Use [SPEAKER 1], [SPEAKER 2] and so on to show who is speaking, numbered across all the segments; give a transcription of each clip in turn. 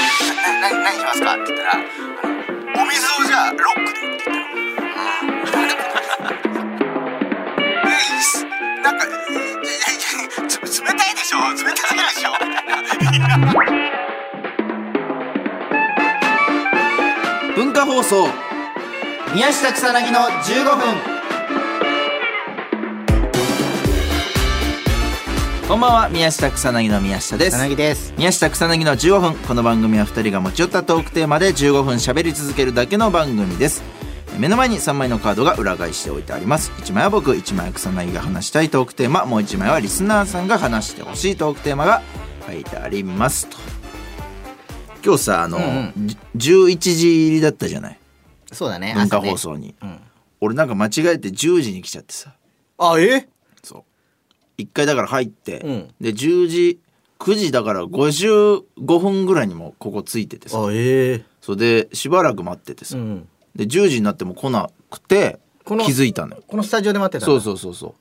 [SPEAKER 1] 何何しますか?」って言ったらあの「お水をじゃあロックで」って言 ったの。うん、いいっすなんかいやいやいやつ冷たいでしょ冷たすぎるでしょみたいな。
[SPEAKER 2] 文化放送宮下草薙の15分こんばんは宮下草薙の宮下です
[SPEAKER 3] なぎです
[SPEAKER 2] 宮下草薙の15分この番組は2人が持ち寄ったトークテーマで15分喋り続けるだけの番組です目の前に3枚のカードが裏返しておいてあります1枚は僕1枚は草薙が話したいトークテーマもう1枚はリスナーさんが話してほしいトークテーマが書いてありますと今日さあの、
[SPEAKER 3] うん
[SPEAKER 2] じ11時入りだったじゃない
[SPEAKER 3] そうだね
[SPEAKER 2] 文化放送
[SPEAKER 3] 朝ね
[SPEAKER 2] に、
[SPEAKER 3] うん
[SPEAKER 2] 俺なんか間違えて10時に来ちゃってさ
[SPEAKER 3] あえ
[SPEAKER 2] そう一回だから入って、
[SPEAKER 3] うん
[SPEAKER 2] で10時9時だから55分ぐらいにもここついててさ
[SPEAKER 3] あええ
[SPEAKER 2] それでしばらく待っててさ、
[SPEAKER 3] ん
[SPEAKER 2] で10時になっても来なくて気
[SPEAKER 3] この
[SPEAKER 2] づいたのよ
[SPEAKER 3] このスタジオで待ってた
[SPEAKER 2] そう
[SPEAKER 3] う
[SPEAKER 2] そうそうそう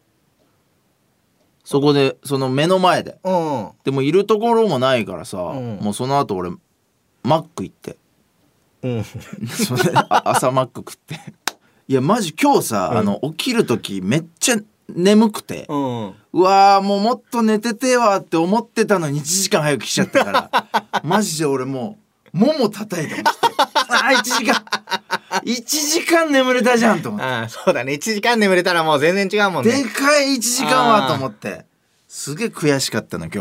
[SPEAKER 2] そこでその目の前で
[SPEAKER 3] うんうん
[SPEAKER 2] でもいるところもないからさ、
[SPEAKER 3] ん
[SPEAKER 2] もうその後俺マック行って
[SPEAKER 3] うん
[SPEAKER 2] それであ朝マック食っていやマジ今日さ、あの起きる時めっちゃ眠くて、
[SPEAKER 3] うん
[SPEAKER 2] うわーもうもっと寝ててえわって思ってたのに1時間早く来ちゃったから マジで俺もうもも叩いて起きてあー1時間1時間眠れたじゃんと思って
[SPEAKER 3] あそうだね1時間眠れたらもう全然違うもん
[SPEAKER 2] で
[SPEAKER 3] ね
[SPEAKER 2] かい1時間はと思ってすげえ悔しかったの今日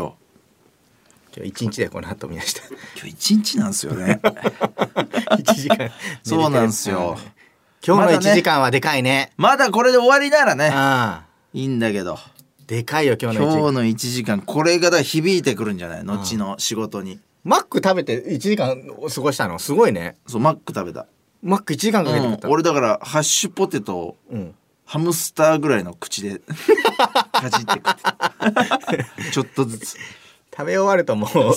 [SPEAKER 3] 今日1日でこの後見ました
[SPEAKER 2] 今日1日なんですよね
[SPEAKER 3] 1時間寝れてる
[SPEAKER 2] そうなんですよ
[SPEAKER 3] 今日
[SPEAKER 2] ま
[SPEAKER 3] の
[SPEAKER 2] だね
[SPEAKER 3] 1時間はでかいね
[SPEAKER 2] まだこれで終わりならね
[SPEAKER 3] あ
[SPEAKER 2] いいんだけど
[SPEAKER 3] あでかいよ今日の1時
[SPEAKER 2] 今日
[SPEAKER 3] 間
[SPEAKER 2] の1時間これがだから響いてくるんじゃない後の仕事に
[SPEAKER 3] マック食べて1時間過ごしたのすごいね
[SPEAKER 2] そうマック食べた、
[SPEAKER 3] マック1時間かけて
[SPEAKER 2] う
[SPEAKER 3] 食
[SPEAKER 2] ん
[SPEAKER 3] った、
[SPEAKER 2] 俺だからハッシュポテトを
[SPEAKER 3] うん
[SPEAKER 2] ハムスターぐらいの口でかじって食ってた ちょっとずつ
[SPEAKER 3] 食べ終わるともう
[SPEAKER 2] そ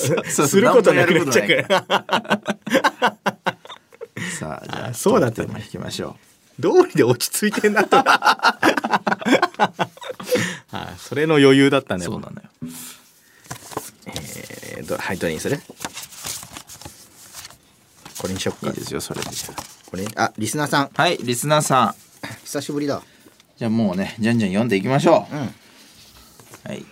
[SPEAKER 2] う
[SPEAKER 3] することなくなっちゃうから
[SPEAKER 2] さあじゃあ
[SPEAKER 3] あそうだった
[SPEAKER 2] トークテー
[SPEAKER 3] ね
[SPEAKER 2] マ引きましょ
[SPEAKER 3] 道理で落ち着いてん なとあそれの余裕だった
[SPEAKER 2] う
[SPEAKER 3] ね
[SPEAKER 2] そうなのよ
[SPEAKER 3] えー、どはいどれにするこれにしよっ
[SPEAKER 2] い
[SPEAKER 3] か
[SPEAKER 2] いですよそれで
[SPEAKER 3] これあリスナーさん
[SPEAKER 2] はいリスナーさん
[SPEAKER 3] 久しぶりだ
[SPEAKER 2] じゃあもうねじゃんじゃん読んでいきましょう、
[SPEAKER 3] うん
[SPEAKER 2] はい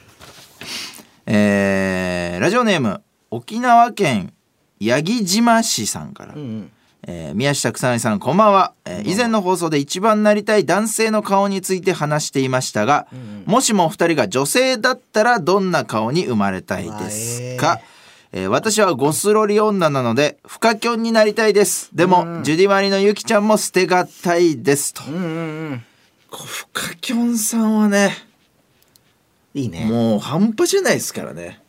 [SPEAKER 2] えー、ラジオネーム沖縄県八木島市さんから、
[SPEAKER 3] うんうん
[SPEAKER 2] えー宮下草薙さんこんばんは、えー以前の放送で一番なりたい男性の顔について話していましたが、もしもお二人が女性だったらどんな顔に生まれたいです
[SPEAKER 3] うわ
[SPEAKER 2] か、えー私はゴスロリ女なのでフカキョンになりたいですでも、ジュディマリのゆきちゃんも捨てがたいですと、
[SPEAKER 3] うんうんうん
[SPEAKER 2] こうフカキョンさんはね
[SPEAKER 3] いいね
[SPEAKER 2] もう半端じゃないですからね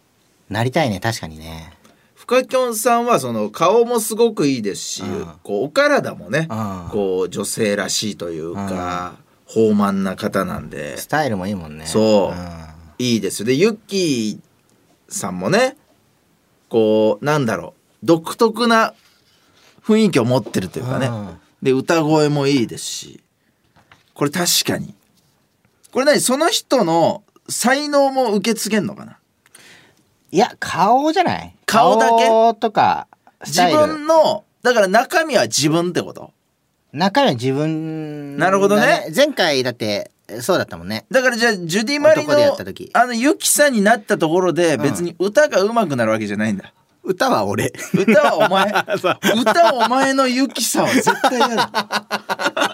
[SPEAKER 3] なりたいね確かにね
[SPEAKER 2] フカキョンさんはその顔もすごくいいですし
[SPEAKER 3] うん
[SPEAKER 2] こうお体もね
[SPEAKER 3] うん
[SPEAKER 2] こう女性らしいというか豊満な方なんで
[SPEAKER 3] スタイルもいいもんね
[SPEAKER 2] そう
[SPEAKER 3] う
[SPEAKER 2] いいですよでユッキーさんもねこうなんだろう独特な雰囲気を持ってるというかね
[SPEAKER 3] うん
[SPEAKER 2] で歌声もいいですしこれ確かにこれ何その人の才能も受け継げんのかなん
[SPEAKER 3] いや顔じゃない
[SPEAKER 2] 顔だけ
[SPEAKER 3] 顔とかス
[SPEAKER 2] 自
[SPEAKER 3] タイル
[SPEAKER 2] 分のだから中身は自分ってこと
[SPEAKER 3] 中身は自分だ、
[SPEAKER 2] なるほどね
[SPEAKER 3] 前回だってそうだったもんね
[SPEAKER 2] だからじゃあジュディ・マリの
[SPEAKER 3] 男でやった時
[SPEAKER 2] あのユキさんになったところで別に歌が上手くなるわけじゃないんだ、
[SPEAKER 3] 歌は俺
[SPEAKER 2] 歌はお前 歌はお前のユキさんは絶対やだ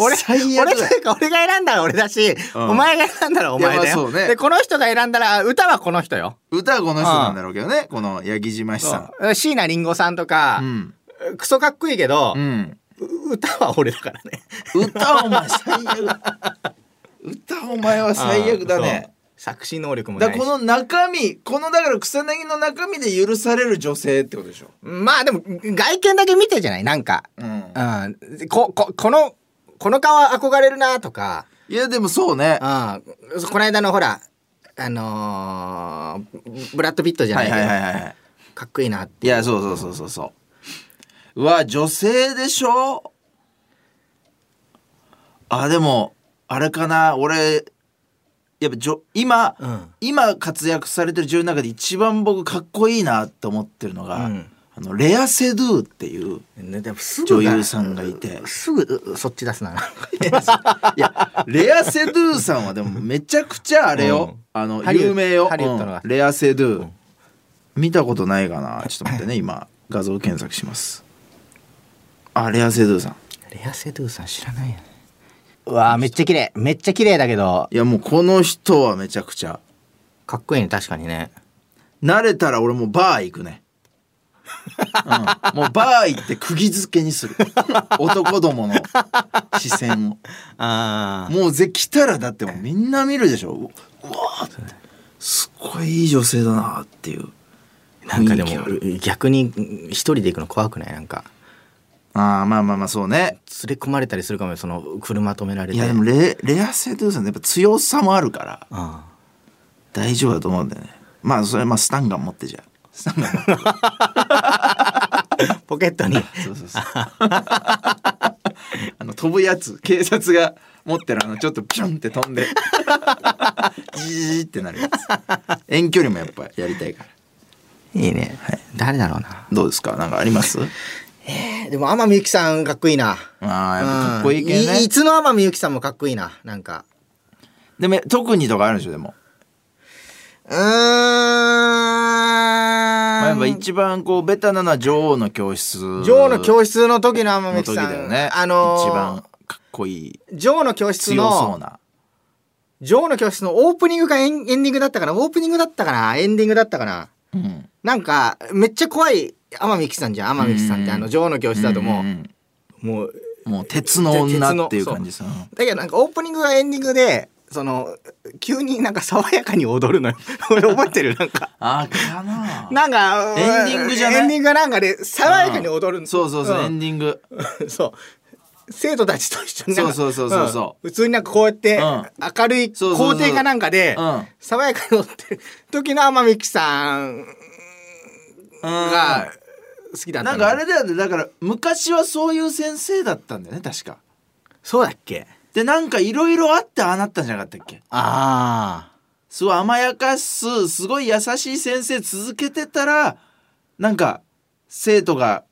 [SPEAKER 3] 俺
[SPEAKER 2] 最悪だ
[SPEAKER 3] 俺というか俺が選んだら俺だし、
[SPEAKER 2] ん
[SPEAKER 3] お前が選んだらお前
[SPEAKER 2] い
[SPEAKER 3] だ
[SPEAKER 2] やまあ
[SPEAKER 3] よ、
[SPEAKER 2] そうね
[SPEAKER 3] でこの人が選んだらあ歌はこの人よ
[SPEAKER 2] 歌はこの人なんだろうけどねこの八木島氏さ
[SPEAKER 3] うん椎名林檎さんとか
[SPEAKER 2] んう、ん、
[SPEAKER 3] クソかっこいいけど
[SPEAKER 2] う、ん、
[SPEAKER 3] う歌は俺だからね
[SPEAKER 2] 歌はお前最悪歌はお前は最悪だ
[SPEAKER 3] う
[SPEAKER 2] ね
[SPEAKER 3] んそう作詞能力もな
[SPEAKER 2] だ
[SPEAKER 3] い
[SPEAKER 2] か
[SPEAKER 3] し
[SPEAKER 2] らこの中身このだから草薙の中身で許される女性ってことでしょ、
[SPEAKER 3] まあでも外見だけ見てじゃないなんか、
[SPEAKER 2] うん、
[SPEAKER 3] うん、こここのこの顔は憧れるなとか、
[SPEAKER 2] いやでもそうね
[SPEAKER 3] うん、この間のほらあのーブラッド・ピットじゃ
[SPEAKER 2] は
[SPEAKER 3] ない
[SPEAKER 2] い
[SPEAKER 3] けど、
[SPEAKER 2] はいはいはい
[SPEAKER 3] かっこいいなって
[SPEAKER 2] いやそうそうそうそうそううわ女性でしょあでもあれかな俺やっぱじょ今、
[SPEAKER 3] うん
[SPEAKER 2] 今活躍されてる女優の中で一番僕かっこいいなって思ってるのが、
[SPEAKER 3] うん
[SPEAKER 2] ああのレア・セドゥっていう
[SPEAKER 3] ねでもすぐ
[SPEAKER 2] 女
[SPEAKER 3] だ
[SPEAKER 2] 優さんがいて
[SPEAKER 3] すぐそっち出す
[SPEAKER 2] い
[SPEAKER 3] な
[SPEAKER 2] やレア・セドゥさんはでもめちゃくちゃあれよ、
[SPEAKER 3] うん
[SPEAKER 2] あの
[SPEAKER 3] ハリウッド
[SPEAKER 2] 有名よ、
[SPEAKER 3] ハリウッドのが
[SPEAKER 2] うんレア・セドゥ、見たことないかなちょっと待ってね今画像検索しますあレア・セドゥさん
[SPEAKER 3] レアセドゥさん知らないよねうわーめっちゃ綺麗めっちゃ綺麗だけど
[SPEAKER 2] いやもうこの人はめちゃくちゃ
[SPEAKER 3] かっこいいね確かにね
[SPEAKER 2] 慣れたら俺もうバー行くね、うん、もうバー行って釘付けにする男どもの視線を
[SPEAKER 3] あ
[SPEAKER 2] もうぜ来たらだってもうみんな見るでしょううわーってすっごいいい女性だなっていう
[SPEAKER 3] なんかでも
[SPEAKER 2] 雰囲気ある
[SPEAKER 3] 逆にうん一人で行くの怖くないなんか
[SPEAKER 2] ああまあまあまあそうね
[SPEAKER 3] 連れ込まれたりするかもよその車止められて
[SPEAKER 2] いやでもレレア性というかやっぱ強さもあるから
[SPEAKER 3] ああ
[SPEAKER 2] 大丈夫だと思うんだよねまあそれまあスタンガン持って じゃあスタンガン持って
[SPEAKER 3] ポケットに
[SPEAKER 2] そうそう そうあの飛ぶやつ警察が持ってるあのちょっとピュンって飛んで ジーってなるやつ遠距離もやっぱやりたいから
[SPEAKER 3] いいね、誰だろうな
[SPEAKER 2] どうですかなんかあります
[SPEAKER 3] でも天海祐希さんかっこいいな
[SPEAKER 2] ああやっぱかっこいい系
[SPEAKER 3] うん
[SPEAKER 2] ね
[SPEAKER 3] いつの天海祐希さんもかっこいいななんか
[SPEAKER 2] でも特にとかあるんでしょでも、
[SPEAKER 3] うーん、ま
[SPEAKER 2] まあ、やっぱ一番こうベタなのは女王の教室
[SPEAKER 3] 女王の教室の時の天海
[SPEAKER 2] の
[SPEAKER 3] 祐希
[SPEAKER 2] 時
[SPEAKER 3] さん
[SPEAKER 2] だよね
[SPEAKER 3] あのー
[SPEAKER 2] 一番かっこいい
[SPEAKER 3] 女王の教室
[SPEAKER 2] 強そう
[SPEAKER 3] の
[SPEAKER 2] な
[SPEAKER 3] 女王の教室のオープニングかエンエンディングだったかなオープニングだったかなエンディングだったかな
[SPEAKER 2] うん
[SPEAKER 3] なんかめっちゃ怖い天海祐希さんじゃん天海祐希さんって
[SPEAKER 2] うん
[SPEAKER 3] あの女王の教室だとも
[SPEAKER 2] う
[SPEAKER 3] うんもう
[SPEAKER 2] もう鉄の女っていう感じですうん
[SPEAKER 3] だけどなんかオープニングがエンディングでその急になんか爽やかに踊るのよ 俺覚えてるなんか
[SPEAKER 2] あかな
[SPEAKER 3] なんかうん
[SPEAKER 2] エンディングじゃない
[SPEAKER 3] エンディングがなんかで爽やかに踊るの
[SPEAKER 2] そうそうそう、エン
[SPEAKER 3] ん
[SPEAKER 2] ディング
[SPEAKER 3] そう生徒たちと一緒になんか
[SPEAKER 2] そうそうそうそうそうん
[SPEAKER 3] 普通になんかこうやって
[SPEAKER 2] うん
[SPEAKER 3] 明るい
[SPEAKER 2] そうそうそ
[SPEAKER 3] 校
[SPEAKER 2] う
[SPEAKER 3] 庭かなんかで
[SPEAKER 2] うん
[SPEAKER 3] 爽やかに踊ってる時の天海祐希さんが好きだっ
[SPEAKER 2] な
[SPEAKER 3] たの
[SPEAKER 2] んかあれだよねだから昔はそういう先生だったんだよね確か
[SPEAKER 3] そうだっけ
[SPEAKER 2] でなんかいろいろあってああなったんじゃなかったっけ
[SPEAKER 3] ああ
[SPEAKER 2] すごい甘やかすすごい優しい先生続けてたらなんか生徒が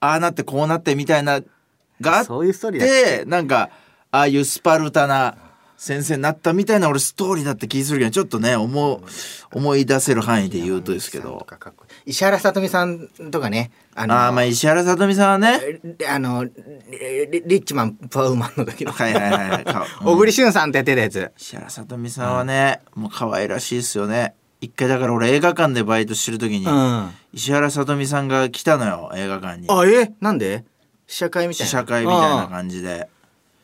[SPEAKER 2] ああなってこうなってみたいながあっ
[SPEAKER 3] そういうストーリーだ
[SPEAKER 2] てなんかああいうスパルタな先生になったみたいな俺ストーリーだって気するけどちょっとね思う思い出せる範囲で言うとですけど
[SPEAKER 3] かっこいい石原さとみさんとかねあ
[SPEAKER 2] ああまあ石原さとみさんはね
[SPEAKER 3] えあのリリリッチマンパワーウーマンの時の
[SPEAKER 2] はいはいはい かうん
[SPEAKER 3] 小栗旬さんって出てたやつ
[SPEAKER 2] 石原さとみさんはね、もう可愛らしいですよね一回だから俺映画館でバイトしてる時に、
[SPEAKER 3] あ
[SPEAKER 2] 石原さとみさんが来たのよ映画館に
[SPEAKER 3] えなんで試写会みたい
[SPEAKER 2] 試
[SPEAKER 3] な
[SPEAKER 2] 写会みたいな感じで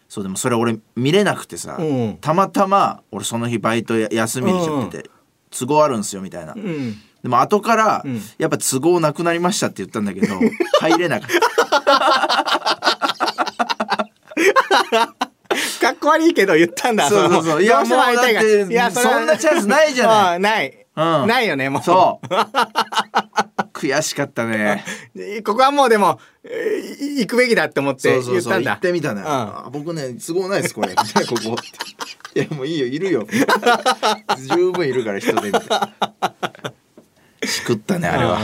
[SPEAKER 2] そうでもそれ俺見れなくてさ、
[SPEAKER 3] うん
[SPEAKER 2] たまたま俺その日バイトや休みにしちゃってて、都合あるんすよみたいな、
[SPEAKER 3] じうん
[SPEAKER 2] でも後から、
[SPEAKER 3] ん
[SPEAKER 2] やっぱ都合なくなりましたって言ったんだけ ど入れなかった
[SPEAKER 3] かっこ悪いけど言ったんだ
[SPEAKER 2] そうそうそう
[SPEAKER 3] の
[SPEAKER 2] いや
[SPEAKER 3] どしても会いたいから
[SPEAKER 2] もうだって
[SPEAKER 3] いやそれは
[SPEAKER 2] そんなチャンスないじゃない
[SPEAKER 3] うんない、
[SPEAKER 2] うん
[SPEAKER 3] ないよねもう
[SPEAKER 2] そう悔しかったね
[SPEAKER 3] ここはもうでもえーい行くべきだって思って
[SPEAKER 2] そ
[SPEAKER 3] 言
[SPEAKER 2] うそうそ
[SPEAKER 3] った
[SPEAKER 2] うん行
[SPEAKER 3] だ
[SPEAKER 2] ってみたのよ、
[SPEAKER 3] うん
[SPEAKER 2] あ僕ね都合ないですこ れここいやもういいよいるよ 十分いるから人でみ たいなしくったねあれは。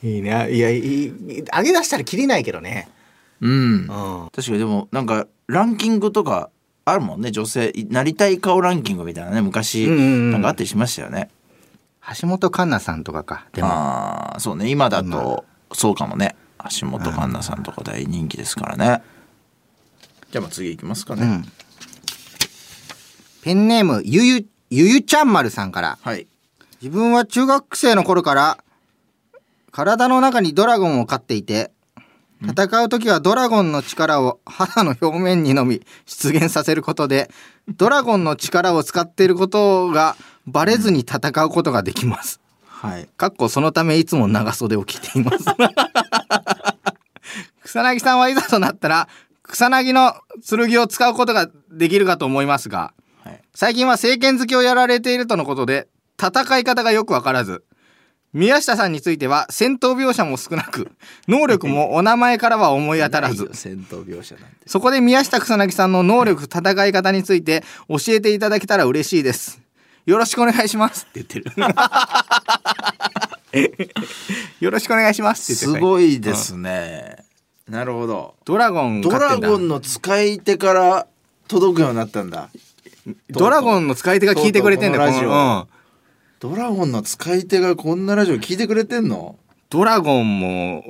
[SPEAKER 3] いいねいやいいいい上げ出したら切れないけどね
[SPEAKER 2] うん
[SPEAKER 3] うん
[SPEAKER 2] 確かにでもなんかランキングとかあるもんね女性いなりたい顔ランキングみたいなね昔
[SPEAKER 3] うんうんうん
[SPEAKER 2] なんかあったりしましたよね、
[SPEAKER 3] 橋本環奈さんとかかでも
[SPEAKER 2] ああそうね今だとそうかもね橋本環奈さんとか大人気ですからねじゃあまあ次行きますかね、
[SPEAKER 3] うんペンネームゆゆゆゆちゃんまるさんから
[SPEAKER 2] はい
[SPEAKER 3] 自分は中学生の頃から体の中にドラゴンを飼っていて戦う時はドラゴンの力を肌の表面にのみ出現させることでドラゴンの力を使っていることがバレずに戦うことができます。
[SPEAKER 2] はい
[SPEAKER 3] かっこそのためいつも長袖を着ています。 草薙さんはいざとなったら草薙の剣を使うことができるかと思いますが
[SPEAKER 2] はい
[SPEAKER 3] 最近は政権好きをやられているとのことで戦い方がよくわからず宮下さんについては戦闘描写も少なく能力もお名前からは思い当たら
[SPEAKER 2] ない
[SPEAKER 3] ず
[SPEAKER 2] よ戦闘描写なんて
[SPEAKER 3] そこで宮下草薙さんの能力戦い方について教えてい ただけたら嬉しいですよろしくお願いしますって言ってるえ
[SPEAKER 1] よろしくお願いしますって
[SPEAKER 2] す
[SPEAKER 1] 言って
[SPEAKER 2] ごいですね、なるほど
[SPEAKER 3] ドラゴン
[SPEAKER 2] ド
[SPEAKER 3] 飼って
[SPEAKER 2] ラ
[SPEAKER 3] んだ
[SPEAKER 2] ゴンの使い手から届くようになったんだ
[SPEAKER 3] ドラゴンの使い手が聞いてくれてんだ
[SPEAKER 2] と
[SPEAKER 3] よ
[SPEAKER 2] うとう
[SPEAKER 3] こ
[SPEAKER 2] この
[SPEAKER 3] の、うん、
[SPEAKER 2] ドラゴンの使い手がこんなラジオ聞いてくれてんの
[SPEAKER 3] ドラゴンも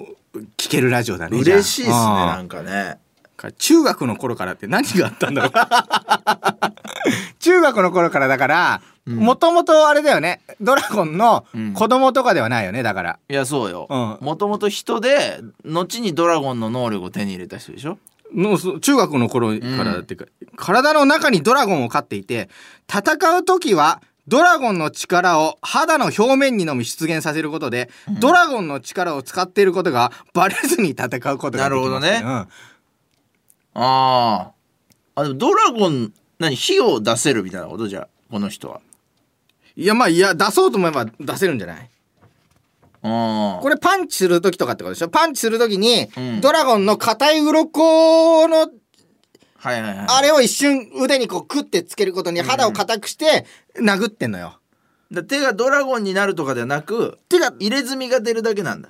[SPEAKER 3] 聞けるラジオだねじゃあ
[SPEAKER 2] 嬉しいですね
[SPEAKER 3] うん
[SPEAKER 2] なんかね
[SPEAKER 3] か中学の頃からって何があったんだろう 中学の頃からだから
[SPEAKER 2] うん
[SPEAKER 3] もともとあれだよねドラゴンの
[SPEAKER 2] うん
[SPEAKER 3] 子供とかではないよねだから
[SPEAKER 2] いやそうよ
[SPEAKER 3] うん
[SPEAKER 2] もともと人で後にドラゴンの能力を手に入れた人でしょ
[SPEAKER 3] のそ中学の頃からだっていうか、体の中にドラゴンを飼っていて戦う時はドラゴンの力を肌の表面にのみ出現させることで、ドラゴンの力を使っていることがバレずに戦うこと
[SPEAKER 2] な
[SPEAKER 3] ができます、
[SPEAKER 2] るほどあーあでもドラゴン何火を出せるみたいなことじゃあこの人は
[SPEAKER 3] うんいやまあいや出そうと思えば出せるんじゃない
[SPEAKER 2] あ
[SPEAKER 3] これパンチする時とかってことでしょパンチする時に、
[SPEAKER 2] うん
[SPEAKER 3] ドラゴンの硬い鱗の
[SPEAKER 2] はいはいはい
[SPEAKER 3] あれを一瞬腕にこうクッてつけることに肌を硬くして殴ってんのよ。
[SPEAKER 2] だ手がドラゴンになるとかではなく
[SPEAKER 3] てか
[SPEAKER 2] 入れ墨が出るだけなんだ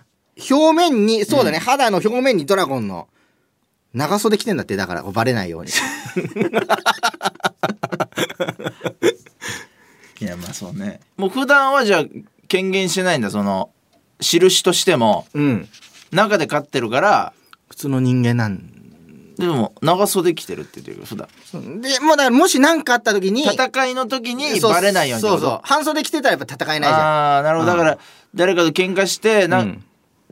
[SPEAKER 3] 表面にそうだね、肌の表面にドラゴンの長袖着てんだってだからこうバレないよう に。
[SPEAKER 2] いやまあそうねもう普段はじゃあ権限してないんだその印としても
[SPEAKER 3] うん
[SPEAKER 2] 中で飼ってるから
[SPEAKER 3] 普通の人間なん
[SPEAKER 2] でも長袖着てるって言ってる普段
[SPEAKER 3] そうでもうだからもし何かあった時に
[SPEAKER 2] 戦いの時に
[SPEAKER 3] そう
[SPEAKER 2] バレないようにって
[SPEAKER 3] そ
[SPEAKER 2] こ
[SPEAKER 3] う
[SPEAKER 2] と
[SPEAKER 3] そう半袖着てたらやっぱ戦えないじゃん。
[SPEAKER 2] ああーなるほど
[SPEAKER 3] う
[SPEAKER 2] だか
[SPEAKER 3] ん
[SPEAKER 2] ら誰かと喧嘩してな、
[SPEAKER 3] うん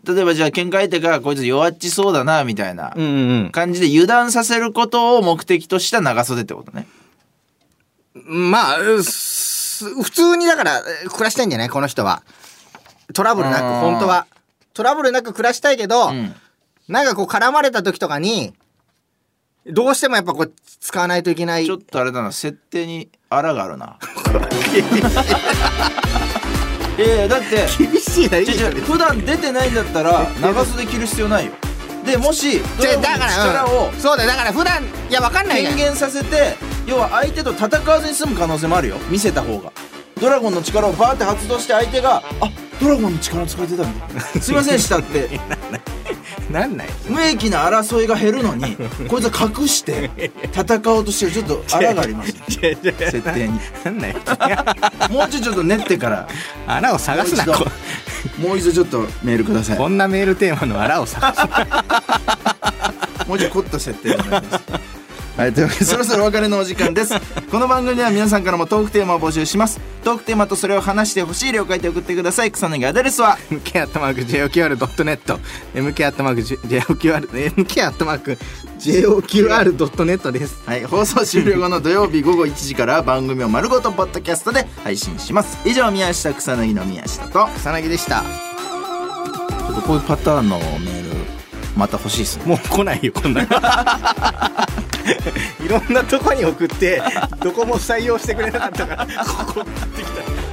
[SPEAKER 2] 例えばじゃあ喧嘩相手がこいつ弱っちそうだなみたいな
[SPEAKER 3] うんうん
[SPEAKER 2] 感じで油断させることを目的とした長袖ってことね
[SPEAKER 3] うん、まあうっす普通にだからえー暮らしたいんじゃないこの人はトラブルな
[SPEAKER 2] あ
[SPEAKER 3] く
[SPEAKER 2] ー
[SPEAKER 3] 本当はトラブルなく暮らしたいけど、
[SPEAKER 2] うん
[SPEAKER 3] なんかこう絡まれた時とかにどうしてもやっぱこう使わないといけない
[SPEAKER 2] ちょっとあれだな設定にあらがあるな いやいやだって
[SPEAKER 3] 厳しいないい
[SPEAKER 2] 違う
[SPEAKER 3] じ
[SPEAKER 2] 違
[SPEAKER 3] ゃ
[SPEAKER 2] う普段出てないんだったら長袖着る必要ないよでもしドラゴン
[SPEAKER 3] だ
[SPEAKER 2] の
[SPEAKER 3] から、
[SPEAKER 2] 力を
[SPEAKER 3] うんそうだよだから普段いやわかんないじゃん
[SPEAKER 2] 権限させて要は相手と戦わずに済む可能性もあるよ見せた方がドラゴンの力をバーって発動して相手が「あドラゴンの力使えてた んだすいませんでした」って
[SPEAKER 3] なんない
[SPEAKER 2] 無益な争いが減るの にこいつは隠して戦おうとしてるちょっとあらがあります設定に
[SPEAKER 3] な んない
[SPEAKER 2] もうちょいちょっと練ってから
[SPEAKER 3] 穴を探すな
[SPEAKER 2] もう一
[SPEAKER 3] こ
[SPEAKER 2] 度もう一度ちょっとメールください
[SPEAKER 3] こんなメールテーマの穴を探す
[SPEAKER 2] もうちょい凝った設定になります。はい、というわ けでそろそろお別れのお時間ですこの番組では皆さんからもトークテーマを募集しますトークテーマとそれを話してほしい了解で送ってください草薙アドレスは
[SPEAKER 3] mk アットマーク JOQR.net mk アットマーク JOQR mk アットマーク JOQR.net です
[SPEAKER 2] はい放送終了後の土曜日午後1時から番組を丸ごとポッドキャストで配信します以上宮下草薙の宮下と
[SPEAKER 3] 草薙でし
[SPEAKER 2] ち
[SPEAKER 3] た
[SPEAKER 2] ょっとこういうパターンのメールまた欲しいですね
[SPEAKER 3] もう来ないよこんなのいろんなとこに送ってどこも採用してくれなかったからここ送ってきた